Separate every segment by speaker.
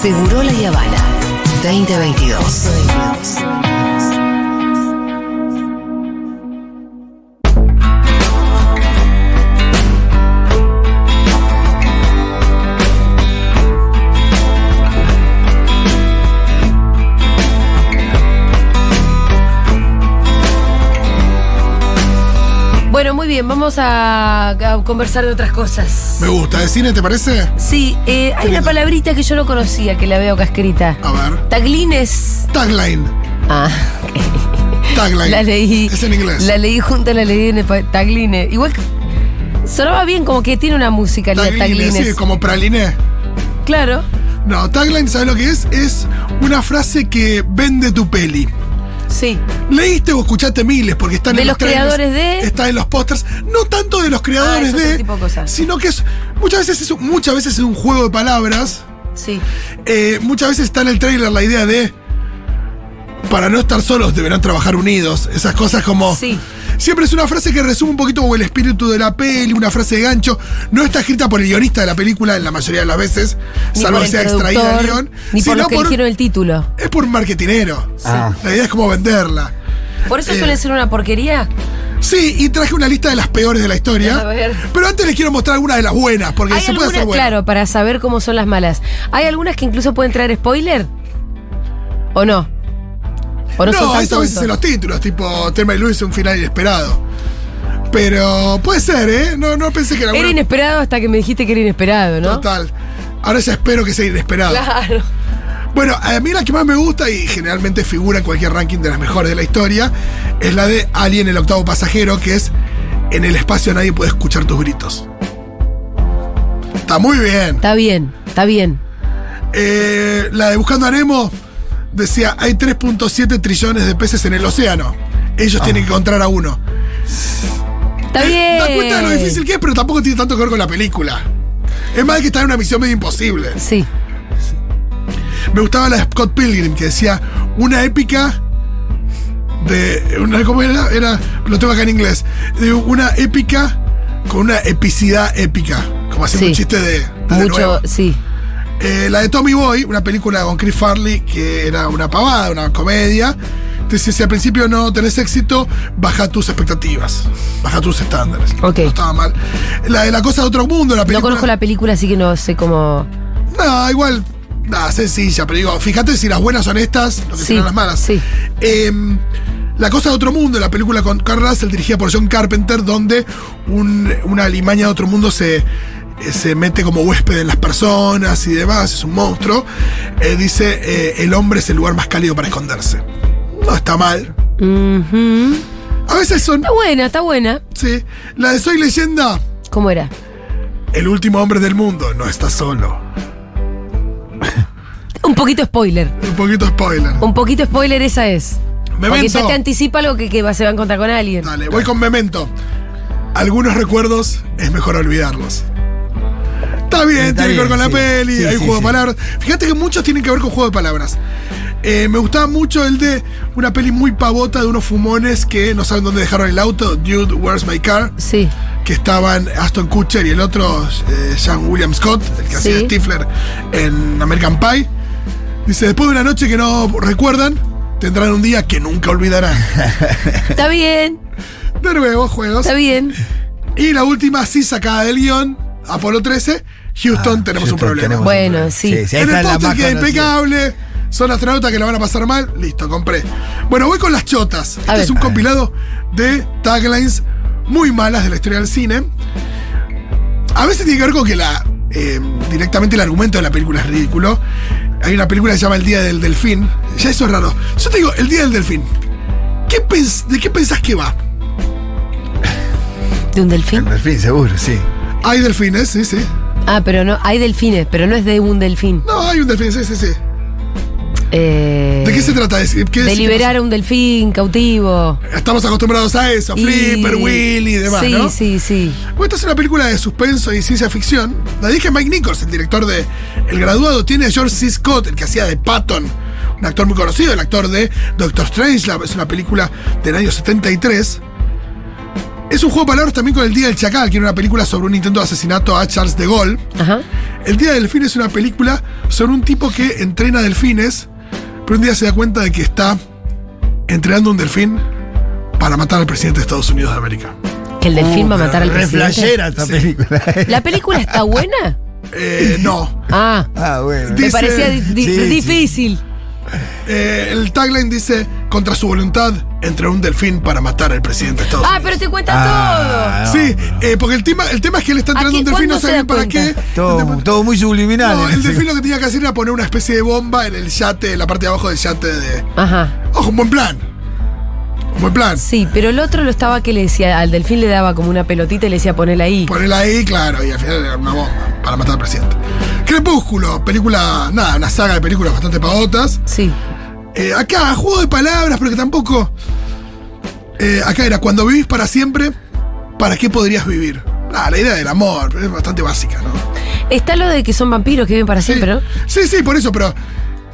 Speaker 1: Seguro La Habana 2022.
Speaker 2: Bueno, muy bien, vamos a, a conversar de otras cosas.
Speaker 3: Me gusta. ¿De cine te parece?
Speaker 2: Sí, eh, hay una palabrita que yo no conocía, que la veo acá escrita.
Speaker 3: A ver.
Speaker 2: Taglines.
Speaker 3: Tagline.
Speaker 2: Ah,
Speaker 3: Tagline.
Speaker 2: la leí.
Speaker 3: Es en inglés.
Speaker 2: La leí junto, la leí en espa- Taglines. Igual que. Sonaba bien, como que tiene una musicalidad
Speaker 3: Tagline,
Speaker 2: taglines.
Speaker 3: sí, como praline.
Speaker 2: Claro.
Speaker 3: No, tagline, ¿sabes lo que es? Es una frase que vende tu peli.
Speaker 2: Sí.
Speaker 3: Leíste o escuchaste miles porque están
Speaker 2: De
Speaker 3: en
Speaker 2: los creadores de-
Speaker 3: Está en los pósters. No tanto de los creadores
Speaker 2: Ah, es otro
Speaker 3: de.
Speaker 2: tipo de cosas.
Speaker 3: Sino que es. Muchas veces es, un- muchas veces es un juego de palabras.
Speaker 2: Sí.
Speaker 3: Eh, muchas veces está en el tráiler la idea de. Para no estar solos deberán trabajar unidos. Esas cosas como.
Speaker 2: Sí.
Speaker 3: Siempre es una frase que resume un poquito como el espíritu de la peli, una frase de gancho. No está escrita por el guionista de la película en la mayoría de las veces,
Speaker 2: Ni
Speaker 3: salvo
Speaker 2: por
Speaker 3: que
Speaker 2: el
Speaker 3: sea extraída del
Speaker 2: productor,
Speaker 3: guión.
Speaker 2: Ni por
Speaker 3: sino
Speaker 2: los que eligieron el título.
Speaker 3: es por un marketinero.
Speaker 4: Ah.
Speaker 3: La idea es como venderla.
Speaker 2: Por eso
Speaker 3: Eh.
Speaker 2: suele ser una porquería.
Speaker 3: Sí, y traje una lista de las peores de la historia.
Speaker 2: A ver.
Speaker 3: Pero antes les quiero mostrar algunas de las buenas, porque
Speaker 2: Hay
Speaker 3: se puede hacer
Speaker 2: algunas,
Speaker 3: buena.
Speaker 2: claro, para saber cómo son las malas. ¿Hay algunas que incluso pueden traer spoiler? ¿O no? ¿O no, son
Speaker 3: No,
Speaker 2: tan
Speaker 3: eso a veces
Speaker 2: tontos?
Speaker 3: en los títulos, tipo Tema y Luis es un final inesperado. Pero puede ser, ¿eh? No, no pensé que era
Speaker 2: Era
Speaker 3: bueno.
Speaker 2: inesperado hasta que me dijiste que era inesperado, ¿no?
Speaker 3: Total. Ahora ya espero que sea inesperado.
Speaker 2: Claro.
Speaker 3: Bueno, a mí la que más me gusta y generalmente figura en cualquier ranking de las mejores de la historia es la de Alien, el octavo pasajero, que es En el espacio nadie puede escuchar tus gritos. Está muy bien.
Speaker 2: Está bien, está bien.
Speaker 3: Eh, la de Buscando a Nemo decía, hay 3.7 trillones de peces en el océano. Ellos tienen que encontrar a uno.
Speaker 2: Está
Speaker 3: Eh,
Speaker 2: bien.
Speaker 3: Da cuenta de lo difícil que es, pero tampoco tiene tanto que ver con la película. Es más de que está en una misión medio imposible.
Speaker 2: Sí.
Speaker 3: Me gustaba la de Scott Pilgrim, que decía una épica de. Una, ¿Cómo era? era? Lo tengo acá en inglés. De una épica con una epicidad épica. Como haciendo
Speaker 2: Sí.
Speaker 3: un chiste de. Ah, de
Speaker 2: Mucho,
Speaker 3: nuevo.
Speaker 2: sí.
Speaker 3: Eh, la de Tommy Boy, una película con Chris Farley, que era una pavada, una comedia. Decía, si al principio no tenés éxito, baja tus expectativas, baja tus estándares.
Speaker 2: Ok.
Speaker 3: No estaba mal. La de la cosa de otro mundo, la
Speaker 2: No
Speaker 3: película.
Speaker 2: conozco la película, así que no sé cómo.
Speaker 3: No, igual, nada, sencilla, pero digo, fíjate si las buenas son estas, lo que
Speaker 2: Sí,
Speaker 3: serán las malas.
Speaker 2: sí.
Speaker 3: Em, la cosa de otro mundo, la película con Carl Russell, dirigida por John Carpenter, donde un- una limaña de otro mundo se, eh, se mete como huésped en las personas y demás, es un monstruo. Eh, dice, eh, el hombre es el lugar más cálido para esconderse. No está mal.
Speaker 2: Ujú.
Speaker 3: A veces son...
Speaker 2: Está buena, está buena.
Speaker 3: Sí. La de Soy Leyenda,
Speaker 2: ¿Cómo era?
Speaker 3: el último hombre del mundo, no está solo.
Speaker 2: Un poquito spoiler.
Speaker 3: Un poquito spoiler.
Speaker 2: Un poquito spoiler esa es. Porque
Speaker 3: Memento.
Speaker 2: ya te anticipa algo que, que va- se va a encontrar con alguien.
Speaker 3: Dale, voy con Memento. Algunos recuerdos es mejor olvidarlos. Está bien,
Speaker 4: Está
Speaker 3: tiene que ver
Speaker 4: bien,
Speaker 3: con la
Speaker 4: sí.
Speaker 3: peli,
Speaker 4: Sí,
Speaker 3: hay
Speaker 4: sí,
Speaker 3: juego
Speaker 4: sí.
Speaker 3: de palabras. Fíjate que muchos tienen que ver con juego de palabras. Eh, me gustaba mucho el de una peli muy pavota de unos fumones que no saben dónde dejaron el auto, Dude, Where's My Car,
Speaker 2: Sí.
Speaker 3: que estaban Aston Kutcher y el otro, eh, Sean William Scott, el que hacía
Speaker 2: Sí.
Speaker 3: Stifler en American Pie. Dice, después de una noche que no recuerdan, tendrán un día que nunca olvidarán.
Speaker 2: Está bien,
Speaker 3: De nuevo, juegos.
Speaker 2: está bien.
Speaker 3: Y la última, sí, sacada del guión, Apolo 13, Houston,
Speaker 4: Ah,
Speaker 3: tenemos
Speaker 4: Houston,
Speaker 3: un problema.
Speaker 4: tenemos un
Speaker 2: Bueno,
Speaker 4: problema.
Speaker 2: sí.
Speaker 4: ahí
Speaker 3: en
Speaker 4: está
Speaker 3: el
Speaker 4: la
Speaker 3: póster
Speaker 4: más
Speaker 3: queda
Speaker 4: conocida.
Speaker 3: impecable, son astronautas que la van a pasar mal, listo, compré. Bueno, voy con las chotas. Este
Speaker 2: ver.
Speaker 3: es un compilado de taglines muy malas de la historia del cine. A veces tiene que ver con que la, eh, directamente el argumento de la película es ridículo. Hay una película que se llama El Día del Delfín. Ya eso es raro. Yo te digo, El Día del Delfín. ¿Qué pens- ¿De qué pensás que va?
Speaker 2: ¿De un delfín?
Speaker 4: El delfín, seguro, sí.
Speaker 3: Hay delfines, sí, sí.
Speaker 2: Ah, pero no, hay delfines, pero no es de un delfín.
Speaker 3: No, hay un delfín, sí, sí, sí.
Speaker 2: Eh,
Speaker 3: ¿De qué se trata? ¿Es- qué-
Speaker 2: De
Speaker 3: sí,
Speaker 2: liberar a un delfín cautivo.
Speaker 3: qué pasa? Estamos acostumbrados a eso,
Speaker 2: Y-
Speaker 3: Flipper, Willy y demás,
Speaker 2: sí,
Speaker 3: ¿no?
Speaker 2: Sí, sí,
Speaker 3: Bueno, esta es una película de suspenso y ciencia ficción. La dirige Mike Nichols, el director de El Graduado. Tiene a George C. Scott, el que hacía de Patton, un actor muy conocido, el actor de Doctor Strange. la- es una película del año 73. Es un juego de palabras también con El Día del Chacal, que era una película sobre un intento de asesinato a Charles de Gaulle.
Speaker 2: Ajá.
Speaker 3: El Día del Delfín es una película sobre un tipo que entrena delfines, pero un día se da cuenta de que está entrenando un delfín para matar al presidente de Estados Unidos de América.
Speaker 2: Que el
Speaker 3: Uh,
Speaker 2: delfín va a
Speaker 4: pero
Speaker 2: matar al
Speaker 4: Oh, re
Speaker 2: presidente.
Speaker 4: flashera esta
Speaker 3: Sí.
Speaker 4: película.
Speaker 2: ¿La película está buena?
Speaker 3: Eh, no.
Speaker 2: Ah,
Speaker 4: ah, bueno.
Speaker 2: me
Speaker 3: Dice-
Speaker 2: parecía di- di-
Speaker 4: sí, sí.
Speaker 2: difícil.
Speaker 3: Eh, el tagline dice, contra su voluntad, entrenó un delfín para matar al presidente de Estados
Speaker 2: Ah,
Speaker 3: Unidos.
Speaker 2: pero te cuenta
Speaker 4: Ah, no,
Speaker 3: Sí, eh, porque el tema, el tema es que él está entrenando
Speaker 2: Aquí,
Speaker 3: un delfín, no
Speaker 2: ¿cuándo se
Speaker 3: sabe
Speaker 2: da
Speaker 3: para qué.
Speaker 2: cuenta?
Speaker 4: Todo, todo muy subliminal.
Speaker 3: No,
Speaker 4: en
Speaker 3: el
Speaker 4: ese-
Speaker 3: delfín lo que tenía que hacer era poner una especie de bomba en el yate, en la parte de abajo del yate de.
Speaker 2: todo. Ajá.
Speaker 3: Ojo, un buen plan. Un buen plan.
Speaker 2: Sí, pero el otro lo estaba que le decía, al delfín le daba como una pelotita y le decía ponela ahí.
Speaker 3: Ponerla ahí, claro, y al final era una bomba para matar al presidente. Crepúsculo, película, nada, una saga de películas bastante pagotas.
Speaker 2: Sí.
Speaker 3: Eh, acá, juego de palabras, pero que tampoco. Eh, acá era, cuando vivís para siempre, ¿para qué podrías vivir? Ah, la idea del amor, pero es bastante básica, ¿no?
Speaker 2: Está lo de que son vampiros que viven para
Speaker 3: Sí,
Speaker 2: siempre, ¿no?
Speaker 3: sí, sí, por eso, pero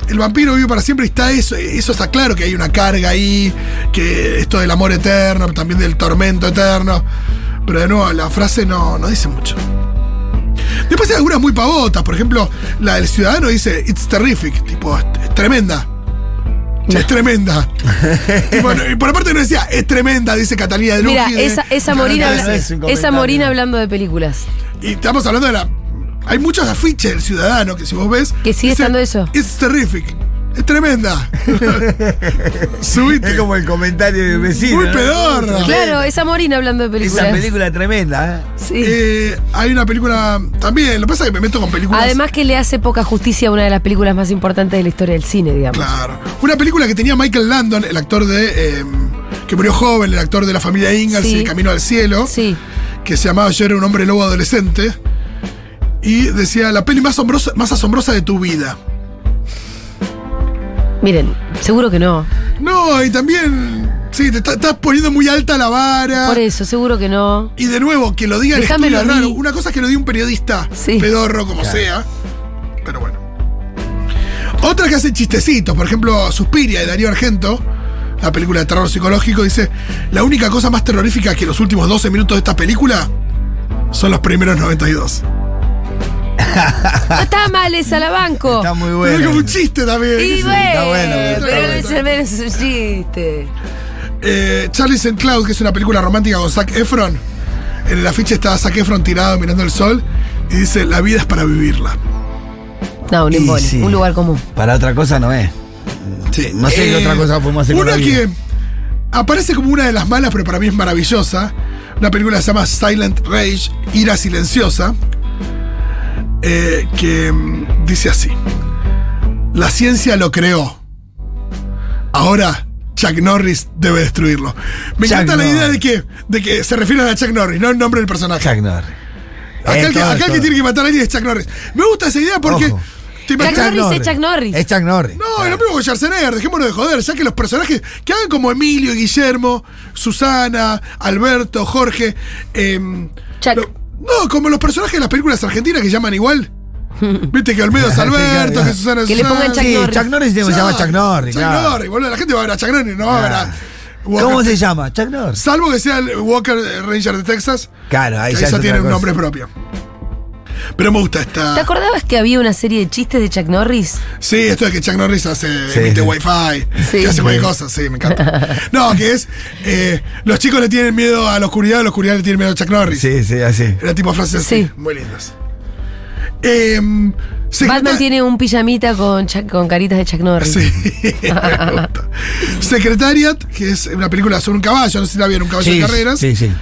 Speaker 3: el vampiro vive para siempre y está eso, eso está claro que hay una carga ahí, que esto del amor eterno, también del tormento eterno. Pero de nuevo, la frase no, no dice mucho. Después hay algunas muy pavotas, por ejemplo, la del ciudadano dice, it's terrific, tipo, es, es tremenda. Che, es tremenda. y, bueno, y por aparte no decía, es tremenda, dice Catalina de
Speaker 2: Mira,
Speaker 3: Lucchi de-
Speaker 2: esa, esa,
Speaker 3: Claro,
Speaker 2: Morina,
Speaker 3: claro,
Speaker 2: habla-
Speaker 4: es un
Speaker 2: esa
Speaker 4: comentario.
Speaker 2: Morina hablando de películas.
Speaker 3: y estamos hablando de la. Hay muchos afiches del ciudadano que si vos ves.
Speaker 2: Que sigue estando eso.
Speaker 3: Es terrific. Es tremenda. Subite.
Speaker 4: Es como el comentario de vecino.
Speaker 3: Muy
Speaker 4: ¿no?
Speaker 3: pedorra.
Speaker 2: Claro, esa Morina hablando de películas.
Speaker 4: Esa película tremenda, ¿eh?
Speaker 2: Sí.
Speaker 3: Eh, hay una película también. Lo que pasa es que me meto con películas.
Speaker 2: Además que le hace poca justicia a una de las películas más importantes de la historia del cine, digamos.
Speaker 3: Claro. Una película que tenía Michael Landon, el actor de. eh, que murió joven, el actor de la familia Ingalls
Speaker 2: Sí.
Speaker 3: y Camino al Cielo.
Speaker 2: Sí.
Speaker 3: Que se llamaba Yo era un hombre lobo adolescente. Y decía, la peli más asombrosa, más asombrosa de tu vida.
Speaker 2: Miren, seguro que no.
Speaker 3: No, y también. Sí, te está- estás poniendo muy alta la vara.
Speaker 2: Por eso, seguro que no.
Speaker 3: Y de nuevo, que lo diga el
Speaker 2: Dejámelo
Speaker 3: estudio
Speaker 2: a mí.
Speaker 3: raro. Una cosa es que lo diga un periodista,
Speaker 2: Sí.
Speaker 3: pedorro como sea. Pero bueno. Otra que hace chistecitos, por ejemplo, Suspiria de Darío Argento, la película de terror psicológico, dice: La única cosa más terrorífica que los últimos 12 minutos de esta película son los primeros 92.
Speaker 2: No está mal esa, la banco.
Speaker 4: Está muy
Speaker 3: Pero es como
Speaker 4: buena.
Speaker 3: un chiste también.
Speaker 2: y bueno,
Speaker 4: está bueno,
Speaker 2: pero,
Speaker 4: pero está
Speaker 2: es el menos un chiste.
Speaker 3: Eh, Charlie St. Cloud, que es una película romántica con Zac Efron. En el afiche está Zac Efron tirado mirando el sol y dice: La vida es para vivirla.
Speaker 2: No, un
Speaker 4: Y
Speaker 2: embole,
Speaker 4: sí.
Speaker 2: un lugar común.
Speaker 4: Para otra cosa no es.
Speaker 3: Sí,
Speaker 4: No sé qué otra cosa podemos hacer con
Speaker 3: Eh, Una
Speaker 4: la vida.
Speaker 3: que aparece como una de las malas, pero para mí es maravillosa. Una película que se llama Silent Rage, Ira Silenciosa, eh, que mm, dice así. La ciencia lo creó. Ahora Chuck Norris debe destruirlo. Me
Speaker 4: Chuck
Speaker 3: encanta la idea
Speaker 4: Norris.
Speaker 3: de que, de que se refieren a Chuck Norris, no el nombre del personaje.
Speaker 4: Chuck Norris.
Speaker 3: acá
Speaker 4: Eh,
Speaker 3: el, que,
Speaker 4: todo,
Speaker 3: acá el que
Speaker 4: todo.
Speaker 3: tiene que matar a alguien es Chuck Norris. Me gusta esa idea porque...
Speaker 4: Ojo.
Speaker 3: te imaginas-
Speaker 2: Norris es Chuck Norris.
Speaker 4: Es Chuck Norris.
Speaker 3: no, es lo mismo que Schwarzenegger, dejémonos de joder, ya que los personajes que hagan como Emilio, Guillermo, Susana, Alberto, Jorge, em,
Speaker 2: Chuck.
Speaker 3: lo- no, como los personajes de las películas argentinas que llaman igual. Viste que Olmedo es Alberto, que Susana es
Speaker 2: Que le
Speaker 3: Susana.
Speaker 2: pongan Chuck
Speaker 4: Sí,
Speaker 2: Norris.
Speaker 4: Chuck Norris se
Speaker 3: Claro,
Speaker 4: llama Chuck Norris,
Speaker 3: Chuck
Speaker 4: claro.
Speaker 3: Norris, boludo, la gente va a ver a Chuck Norris, no va a ver a...
Speaker 4: Claro.
Speaker 3: Walker-
Speaker 4: ¿Cómo se llama? Chuck Norris.
Speaker 3: Salvo que sea el Walker eh, Ranger de Texas, que
Speaker 4: Claro, ahí ya,
Speaker 3: ahí
Speaker 4: es
Speaker 3: ya
Speaker 4: otra
Speaker 3: tiene un
Speaker 4: cosa.
Speaker 3: nombre propio. Pero me gusta
Speaker 2: ¿Te
Speaker 3: esta...
Speaker 2: acordabas que había una serie de chistes de Chuck Norris?
Speaker 3: Sí, esto de que Chuck Norris hace
Speaker 4: Sí.
Speaker 3: emite wifi,
Speaker 2: Sí.
Speaker 3: que hace cualquier cosa, sí, me encanta. No, que es eh, los chicos le tienen miedo a la oscuridad, la oscuridad le tiene miedo a Chuck Norris.
Speaker 4: Sí, sí, así.
Speaker 3: Era tipo frases así,
Speaker 2: Sí.
Speaker 3: muy lindas. Em, secreta-
Speaker 2: Batman tiene un pijamita con, Chuck- con caritas de Chuck Norris.
Speaker 3: Sí, me gusta. Secretariat, que es una película sobre un caballo, no sé si la vieron, un caballo
Speaker 4: Sí,
Speaker 3: de carreras.
Speaker 4: sí, sí.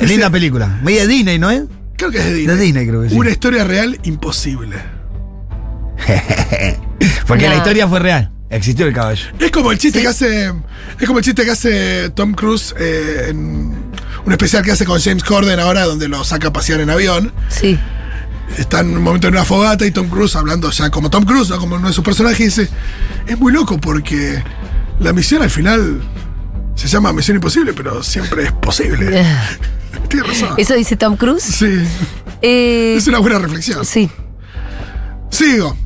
Speaker 4: Linda película. Media Disney, ¿no eh? es?
Speaker 3: Creo que es de Disney.
Speaker 4: De Disney, creo que sí.
Speaker 3: Una historia real imposible.
Speaker 4: Porque
Speaker 2: No.
Speaker 4: la historia fue real. Existió el caballo.
Speaker 3: Es como el chiste que hace. Es como el chiste que hace Tom Cruise eh, en un especial que hace con James Corden ahora, donde lo saca a pasear en avión.
Speaker 2: Sí.
Speaker 3: Están en un momento en una fogata y Tom Cruise hablando ya como Tom Cruise, ¿no? como uno de sus personajes, dice. Es muy loco porque la misión al final se llama Misión Imposible, pero siempre es posible. Tienes razón.
Speaker 2: Eso dice Tom Cruise.
Speaker 3: Sí.
Speaker 2: Eh,
Speaker 3: Es una buena reflexión.
Speaker 2: sí.
Speaker 3: Sigo.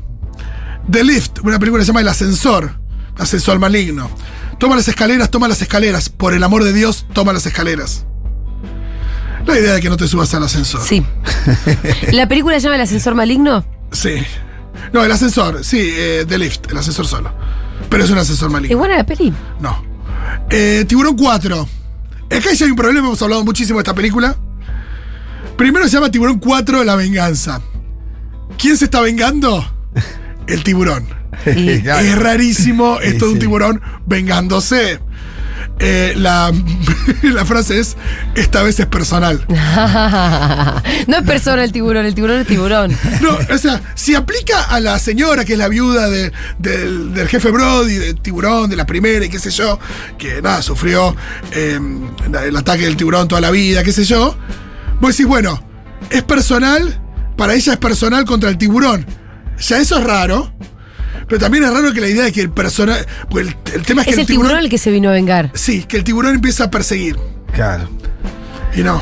Speaker 3: The Lift, una película que se llama El Ascensor. Ascensor maligno. Toma las escaleras, toma las escaleras. Por el amor de Dios, toma las escaleras. La idea de que no te subas al ascensor.
Speaker 2: Sí. ¿La película se llama El ascensor maligno?
Speaker 3: Sí. No, el ascensor, sí, eh, The Lift, el ascensor solo. Pero es un ascensor
Speaker 2: Es
Speaker 3: maligno.
Speaker 2: buena la peli.
Speaker 3: No. Eh, Tiburón 4. Es que ahí ya hay un problema, hemos hablado muchísimo de esta película. Primero se llama Tiburón 4, la venganza. ¿Quién se está vengando? El tiburón.
Speaker 2: Y-
Speaker 4: Claro.
Speaker 3: Es rarísimo
Speaker 4: Sí,
Speaker 3: esto de un
Speaker 4: sí.
Speaker 3: tiburón vengándose. Eh, la, la frase es, esta vez es personal.
Speaker 2: no es persona el tiburón, el tiburón es tiburón.
Speaker 3: No, o sea, si aplica a la señora que es la viuda de- del, del jefe Brody, de tiburón, de la primera y qué sé yo, que nada, sufrió eh, el ataque del tiburón toda la vida, qué sé yo, vos decís, bueno, es personal, para ella es personal contra el tiburón. Ya eso es raro, pero también es raro que la idea de que el personal. Porque el, el tema es que
Speaker 2: Es el tiburón el que se vino a vengar.
Speaker 3: Sí, que el tiburón empieza a perseguir.
Speaker 4: Claro.
Speaker 3: Y no.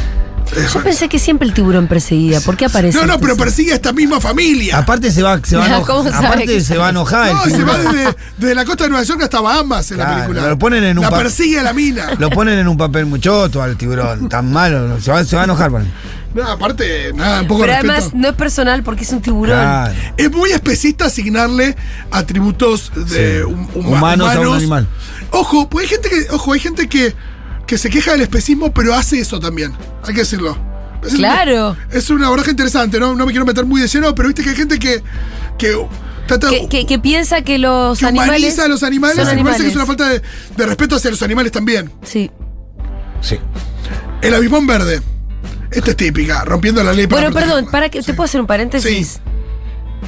Speaker 3: es-
Speaker 2: Yo pensé que siempre el tiburón perseguía. ¿Por qué aparece?
Speaker 3: no, no,
Speaker 2: este
Speaker 3: pero
Speaker 2: sí?
Speaker 3: persigue a esta misma familia.
Speaker 4: Aparte se va, se va a enojar.
Speaker 2: ¿Cómo sabe
Speaker 4: Aparte
Speaker 2: que-
Speaker 4: se va a enojar.
Speaker 3: No,
Speaker 4: el
Speaker 3: se va
Speaker 4: tiburón.
Speaker 3: desde, desde la costa de Nueva York hasta Bahamas en la
Speaker 4: Claro,
Speaker 3: película.
Speaker 4: lo ponen en un
Speaker 3: La
Speaker 4: pa-
Speaker 3: persigue a la mina.
Speaker 4: Lo ponen en un papel muchoto al tiburón. Tan malo. Se va, se va a enojar. bueno.
Speaker 3: No, aparte, nada, un poco
Speaker 2: Pero
Speaker 3: de respeto.
Speaker 2: además no es personal porque es un tiburón.
Speaker 4: Claro.
Speaker 3: Es muy especista asignarle atributos de
Speaker 4: Sí.
Speaker 3: hum- huma-
Speaker 4: Humanos a un animal.
Speaker 3: Ojo, pues hay gente que, ojo, hay gente que, que se queja del especismo, pero hace eso también. Hay que decirlo. Es un-
Speaker 2: Claro.
Speaker 3: es una baraja interesante, ¿no? No me quiero meter muy de lleno, pero viste que hay gente que, que trata
Speaker 2: Que, que- que piensa que los
Speaker 3: que humaniza
Speaker 2: animales.
Speaker 3: a los animales,
Speaker 2: son
Speaker 3: y me parece
Speaker 2: animales.
Speaker 3: que es una falta de, de respeto hacia los animales también.
Speaker 2: Sí.
Speaker 4: Sí.
Speaker 3: El avispón verde. Esta es típica, rompiendo la ley para
Speaker 2: Bueno, perdón,
Speaker 3: protegerla.
Speaker 2: para que te puedo hacer un paréntesis.
Speaker 3: Sí.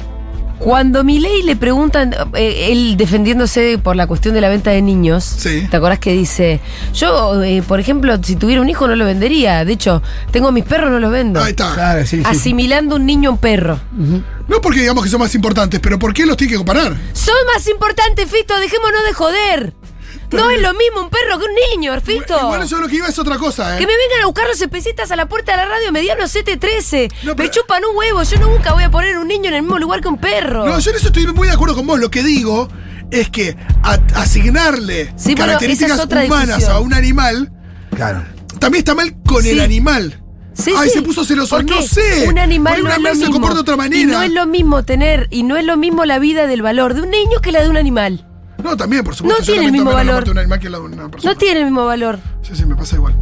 Speaker 2: Cuando Milei le preguntan, eh, él defendiéndose por la cuestión de la venta de niños,
Speaker 3: Sí.
Speaker 2: ¿te acordás que dice, yo, eh, por ejemplo, si tuviera un hijo no lo vendería, de hecho, tengo mis perros, no los vendo.
Speaker 3: Ahí está.
Speaker 4: Claro, sí, sí.
Speaker 2: Asimilando un niño a un perro.
Speaker 3: No porque digamos que son más importantes, pero ¿por qué los tiene que comparar?
Speaker 2: Son más importantes, Fito, dejémonos de joder. No es lo mismo un perro que un niño, Fito.
Speaker 3: Igual yo lo que iba es otra cosa, ¿eh?
Speaker 2: Que me vengan a buscar los especistas a la puerta de la radio mediano 713.
Speaker 3: No, pero-
Speaker 2: Me chupan un huevo. Yo nunca voy a poner un niño en el mismo lugar que un perro.
Speaker 3: No, yo en eso estoy muy de acuerdo con vos. Lo que digo es que a- asignarle
Speaker 2: Sí, bueno, esa
Speaker 3: características
Speaker 2: es otra
Speaker 3: humanas
Speaker 2: discusión.
Speaker 3: a un animal
Speaker 4: Claro.
Speaker 3: también está mal con
Speaker 2: Sí.
Speaker 3: el animal.
Speaker 2: Sí,
Speaker 3: Ay,
Speaker 2: sí.
Speaker 3: se puso celoso.
Speaker 2: ¿Por
Speaker 3: No
Speaker 2: qué?
Speaker 3: sé.
Speaker 2: Un animal
Speaker 3: Por ahí
Speaker 2: no es
Speaker 3: un
Speaker 2: lo
Speaker 3: animal se
Speaker 2: mismo.
Speaker 3: comporta de otra
Speaker 2: Y
Speaker 3: manera.
Speaker 2: no es lo mismo tener, y no es lo mismo la vida del valor de un niño que la de un animal.
Speaker 3: No, también, por supuesto.
Speaker 2: No
Speaker 3: yo
Speaker 2: tiene el
Speaker 3: lamento
Speaker 2: mismo
Speaker 3: menos la
Speaker 2: valor.
Speaker 3: muerte de un animal que la de una persona.
Speaker 2: No tiene el mismo valor.
Speaker 3: Sí, sí, me pasa igual.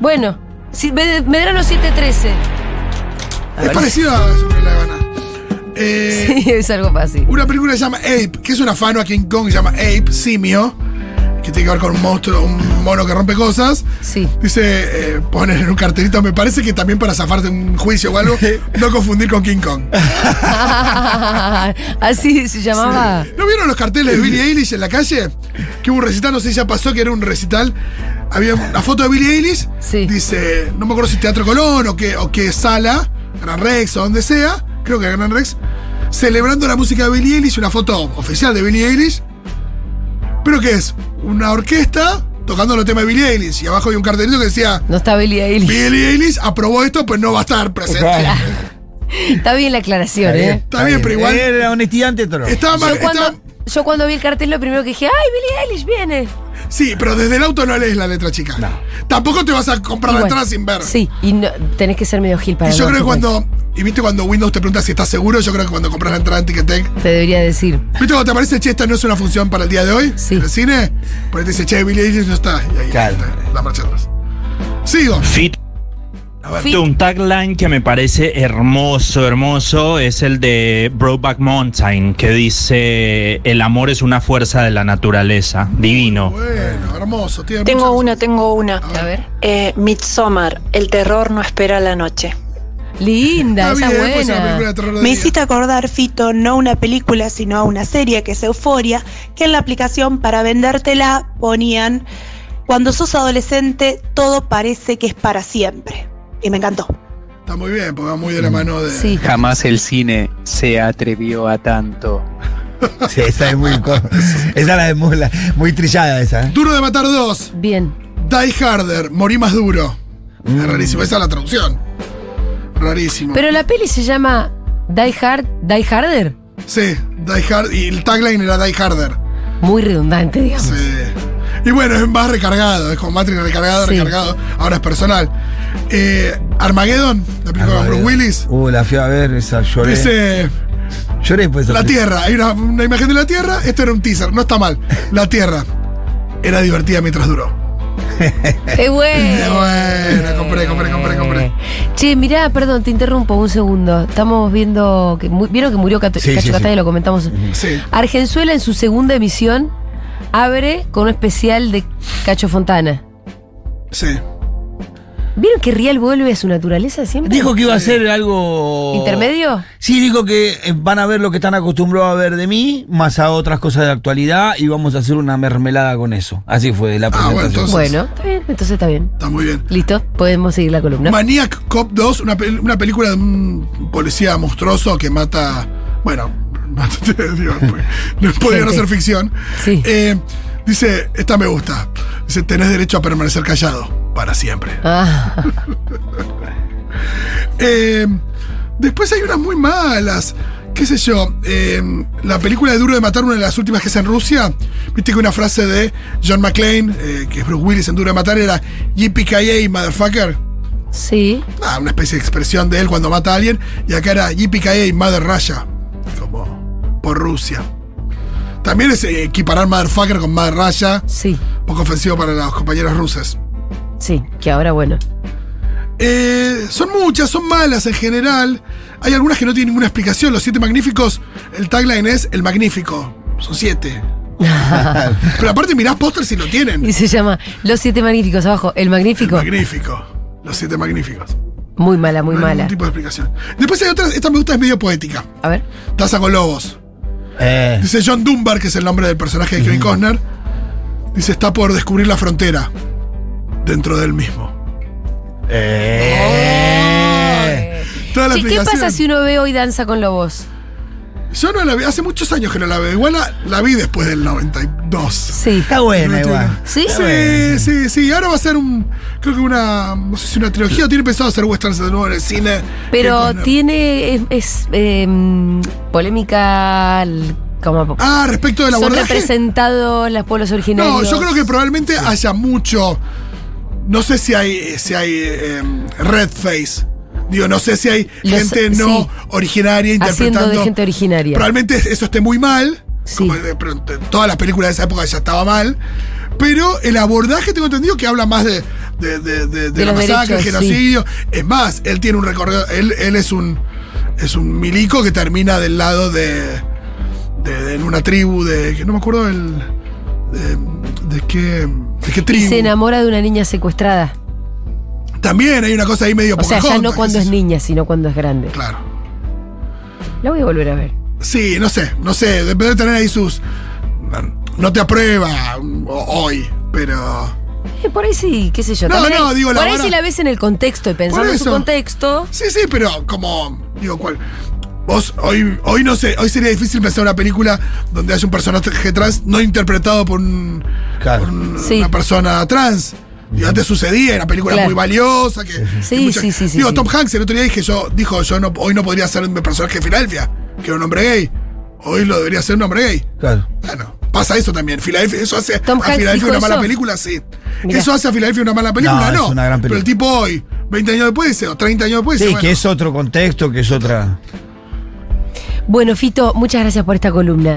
Speaker 2: Bueno, si, me- Medrano 713.
Speaker 3: Es parecido a Sobre la Habana. Eh,
Speaker 2: Sí, es algo fácil.
Speaker 3: Una película que se llama Ape, que es un afano a King Kong, que se llama Ape, simio, que tiene que ver con un monstruo, un mono que rompe cosas.
Speaker 2: Sí.
Speaker 3: Dice, eh, ponen en un cartelito, me parece que también para zafarte un juicio o algo, no confundir con King Kong.
Speaker 2: Así se llamaba.
Speaker 3: ¿No vieron los carteles de Billie Eilish en la calle? Que hubo un recital, no sé si ya pasó, que era un recital. Había una foto de Billie Eilish.
Speaker 2: Sí.
Speaker 3: Dice, no me acuerdo si Teatro Colón o qué, o qué sala, Gran Rex o donde sea, creo que Gran Rex, celebrando la música de Billie Eilish, una foto oficial de Billie Eilish. Pero que es una orquesta tocando los temas de Billie Eilish. Y abajo hay un cartelito que decía,
Speaker 2: No está Billy Eilish.
Speaker 3: Billie Eilish aprobó esto, pues no va a estar presente.
Speaker 2: Está bien la aclaración, ¿eh?
Speaker 3: Está bien, pero igual-
Speaker 4: Eh, La honestidad ante todo.
Speaker 3: Estaba mal-
Speaker 2: Yo cuando,
Speaker 3: estaba-
Speaker 2: yo cuando vi el cartel lo primero que dije, ¡ay, Billy Eilish viene!
Speaker 3: Sí, pero desde el auto no lees la letra chica. Tampoco te vas a comprar
Speaker 2: Y
Speaker 3: la
Speaker 2: bueno,
Speaker 3: entrada sin ver.
Speaker 2: Sí, y no- tenés que ser medio gil para
Speaker 3: Y yo
Speaker 2: no
Speaker 3: creo que
Speaker 2: ocupar.
Speaker 3: cuando. Y viste cuando Windows te pregunta si estás seguro, yo creo que cuando compras la entrada en Ticketek.
Speaker 2: Te debería decir.
Speaker 3: ¿Viste cuando te aparece, che, esta no es una función para el día de hoy?
Speaker 2: Sí.
Speaker 3: En el cine. Porque te dice, che, Billy Eilish no está. Y ahí
Speaker 4: Claro.
Speaker 3: está, la marcha atrás. Sigo.
Speaker 5: Fit.
Speaker 2: Fit.
Speaker 5: Un tagline que me parece hermoso, hermoso, es el de Brokeback Mountain, que dice, el amor es una fuerza de la naturaleza, divino.
Speaker 3: Bueno, hermoso. tiene
Speaker 6: Tengo
Speaker 3: muchas-
Speaker 6: una, tengo una.
Speaker 2: A ver.
Speaker 6: Eh, Midsommar, el terror no espera la noche.
Speaker 2: Linda,
Speaker 3: Está
Speaker 2: esa
Speaker 3: bien, puede ser una película
Speaker 2: buena.
Speaker 3: de terror de
Speaker 7: Me
Speaker 3: día.
Speaker 7: hiciste acordar, Fito, no una película, sino a una serie que es Euforia, que en la aplicación para vendértela ponían, cuando sos adolescente, todo parece que es para siempre. Y me encantó.
Speaker 3: Está muy bien, porque va muy de la mano de.
Speaker 2: Sí.
Speaker 8: Jamás el cine se atrevió a tanto.
Speaker 4: Sí, esa es muy. Esa es la de muy, la- muy trillada, esa. ¿eh?
Speaker 3: Duro de matar dos.
Speaker 2: Bien.
Speaker 3: Die harder. Morí más duro. Es rarísimo. Esa es la traducción. Rarísimo.
Speaker 2: Pero la peli se llama Die Hard, Die Harder.
Speaker 3: Sí, Die Hard. Y el tagline era Die Harder.
Speaker 2: Muy redundante, digamos.
Speaker 3: Sí. Y bueno, es más recargado, es como Matrix recargado,
Speaker 2: Sí.
Speaker 3: recargado. Ahora es personal. Eh, Armageddon, la película con Bruce Willis,
Speaker 4: Uh, la fui a ver, esa lloré.
Speaker 3: dice:
Speaker 4: Lloré por eso.
Speaker 3: La Tierra, hay una, una imagen de la Tierra, esto era un teaser, no está mal. La Tierra era divertida mientras duró.
Speaker 2: ¡Qué
Speaker 3: Eh,
Speaker 2: bueno!
Speaker 3: bueno, compré, compré, compré,
Speaker 2: Eh.
Speaker 3: compré.
Speaker 2: Che, mirá, perdón, te interrumpo un segundo. Estamos viendo que mu- vieron que murió Cato-
Speaker 4: Sí,
Speaker 2: Cacho
Speaker 4: sí, sí.
Speaker 2: Castaña, lo comentamos.
Speaker 3: Sí.
Speaker 2: Argenzuela en su segunda emisión abre con un especial de Cacho Fontana.
Speaker 3: Sí.
Speaker 2: ¿Vieron que Rial vuelve a su naturaleza siempre?
Speaker 4: Dijo que iba a ser algo.
Speaker 2: ¿Intermedio?
Speaker 4: Sí, dijo que eh, van a ver lo que están acostumbrados a ver de mí, más a otras cosas de actualidad, y vamos a hacer una mermelada con eso. Así fue la
Speaker 3: Ah, bueno,
Speaker 4: presentación.
Speaker 3: entonces-
Speaker 2: Bueno, está bien, entonces está bien.
Speaker 3: Está muy bien.
Speaker 2: Listo, podemos seguir la columna.
Speaker 3: Maniac Cop 2, una, pel- una película de un policía monstruoso que mata. Bueno, mata- digo, pues, no podía no
Speaker 2: Gente.
Speaker 3: ser ficción.
Speaker 2: Sí.
Speaker 3: Eh, dice: Esta me gusta. Dice: Tenés derecho a permanecer callado para siempre.
Speaker 2: Ah,
Speaker 3: Eh, después hay unas muy malas. ¿Qué sé yo? eh, la película de Duro de Matar, una de las últimas que es en Rusia. Viste que una frase de John McClane, eh, que es Bruce Willis en Duro de Matar, era: Yippee motherfucker.
Speaker 2: sí.
Speaker 3: Ah, una especie de expresión de él cuando mata a alguien. Y acá era Yippee Mother Russia. Como por Rusia. También es eh, equiparar Motherfucker con Mother Russia.
Speaker 2: Sí,
Speaker 3: Poco ofensivo para los compañeros rusos.
Speaker 2: sí, que ahora bueno.
Speaker 3: Eh, son muchas, son malas en general. Hay algunas que no tienen ninguna explicación. Los siete magníficos, el tagline es el magnífico. Son siete. Pero aparte mirás pósters y lo tienen.
Speaker 2: Y
Speaker 3: El
Speaker 2: se llama Los Siete Magníficos, abajo, El Magnífico.
Speaker 3: magnífico. Los siete magníficos.
Speaker 2: Muy mala, muy
Speaker 3: no hay
Speaker 2: mala.
Speaker 3: ningún tipo de explicación. Después hay otras, esta me gusta, es medio poética.
Speaker 2: A ver.
Speaker 3: Taza con lobos.
Speaker 4: Eh,
Speaker 3: Dice John Dunbar, que es el nombre del personaje de Kevin Costner. Dice, está por descubrir la frontera dentro del mismo.
Speaker 4: eh.
Speaker 3: Toda la
Speaker 2: Che, ¿qué
Speaker 3: explicación.
Speaker 2: pasa si uno ve hoy Danza con Lobos?
Speaker 3: Yo no la vi, hace muchos años que no la veo. Igual la, la vi después del 92.
Speaker 2: Sí.
Speaker 4: Está buena igual.
Speaker 2: ¿Sí?
Speaker 4: Está buena.
Speaker 3: Sí, sí, sí. Ahora va a ser un. Creo que una. No sé si una trilogía. o Tiene pensado hacer westerns de nuevo en el cine.
Speaker 2: Pero
Speaker 3: Kevin Costner.
Speaker 2: tiene. Es, es, em, polémica. l- Como,
Speaker 3: Ah, respecto del
Speaker 2: son
Speaker 3: abordaje.
Speaker 2: representados los pueblos
Speaker 3: No,
Speaker 2: originarios.
Speaker 3: yo creo que probablemente haya mucho. No sé si hay, si hay eh, red face. Digo, no sé si hay
Speaker 2: Los-
Speaker 3: gente no
Speaker 2: sí.
Speaker 3: originaria interpretando.
Speaker 2: Haciendo de gente originaria.
Speaker 3: Probablemente eso esté muy mal.
Speaker 2: Sí.
Speaker 3: Como eh, de pronto, en todas las películas de esa época ya estaba mal. Pero el abordaje, tengo entendido, que habla más de, de, de- de- de
Speaker 2: De
Speaker 3: la
Speaker 2: los
Speaker 3: masacre, el
Speaker 2: derechos,
Speaker 3: genocidio. Es más, él tiene un recorrido. Él, él es un. Es un milico que termina del lado de. de, de- en una tribu de. que no me acuerdo el. de, de qué. de qué
Speaker 2: Y
Speaker 3: tribu.
Speaker 2: se enamora de una niña secuestrada.
Speaker 3: También hay una cosa ahí medio
Speaker 2: O sea, ya
Speaker 3: Pocahontas,
Speaker 2: no
Speaker 3: qué
Speaker 2: cuando
Speaker 3: sé
Speaker 2: es
Speaker 3: yo.
Speaker 2: niña, sino cuando es grande.
Speaker 3: Claro.
Speaker 2: La voy a volver a ver.
Speaker 3: Sí, no sé, no sé. Debe de tener ahí sus. No te aprueba mm, o- hoy, pero.
Speaker 2: Eh, por ahí sí, qué sé yo.
Speaker 3: No,
Speaker 2: también
Speaker 3: no,
Speaker 2: hay-
Speaker 3: digo, la
Speaker 2: por ahí
Speaker 3: vara-
Speaker 2: sí la ves en el contexto y pensando
Speaker 3: Por
Speaker 2: en su
Speaker 3: eso.
Speaker 2: contexto.
Speaker 3: Sí, sí, pero como. Digo, ¿cuál? Vos, hoy, hoy no sé, hoy sería difícil pensar una película donde haya un personaje trans no interpretado por, un-
Speaker 4: Claro.
Speaker 3: por un-
Speaker 2: Sí.
Speaker 3: una persona trans. Digo, antes sucedía, era película
Speaker 2: Claro.
Speaker 3: muy valiosa. Que,
Speaker 2: Sí,
Speaker 3: que
Speaker 2: sí, sí, sí,
Speaker 3: Digo,
Speaker 2: sí.
Speaker 3: Tom Hanks el otro día dije, yo, dijo, yo no, hoy no podría ser un personaje de Filadelfia, que era un hombre gay. Hoy lo debería ser un hombre gay.
Speaker 4: Claro.
Speaker 3: Bueno, pasa eso también. Filadelfia, eso hace
Speaker 2: Tom
Speaker 3: a
Speaker 2: Hanks
Speaker 3: Filadelfia
Speaker 2: dijo
Speaker 3: una
Speaker 2: eso.
Speaker 3: mala película, sí.
Speaker 2: Mirá.
Speaker 3: ¿Eso hace a Filadelfia una mala película?
Speaker 4: No,
Speaker 3: No.
Speaker 4: es una gran
Speaker 3: Pero el tipo hoy, 20 años después, dice, o 30 años después,
Speaker 4: Sí,
Speaker 3: dice, bueno,
Speaker 4: que es otro contexto, que es otra.
Speaker 2: Bueno, Fito, muchas gracias por esta columna.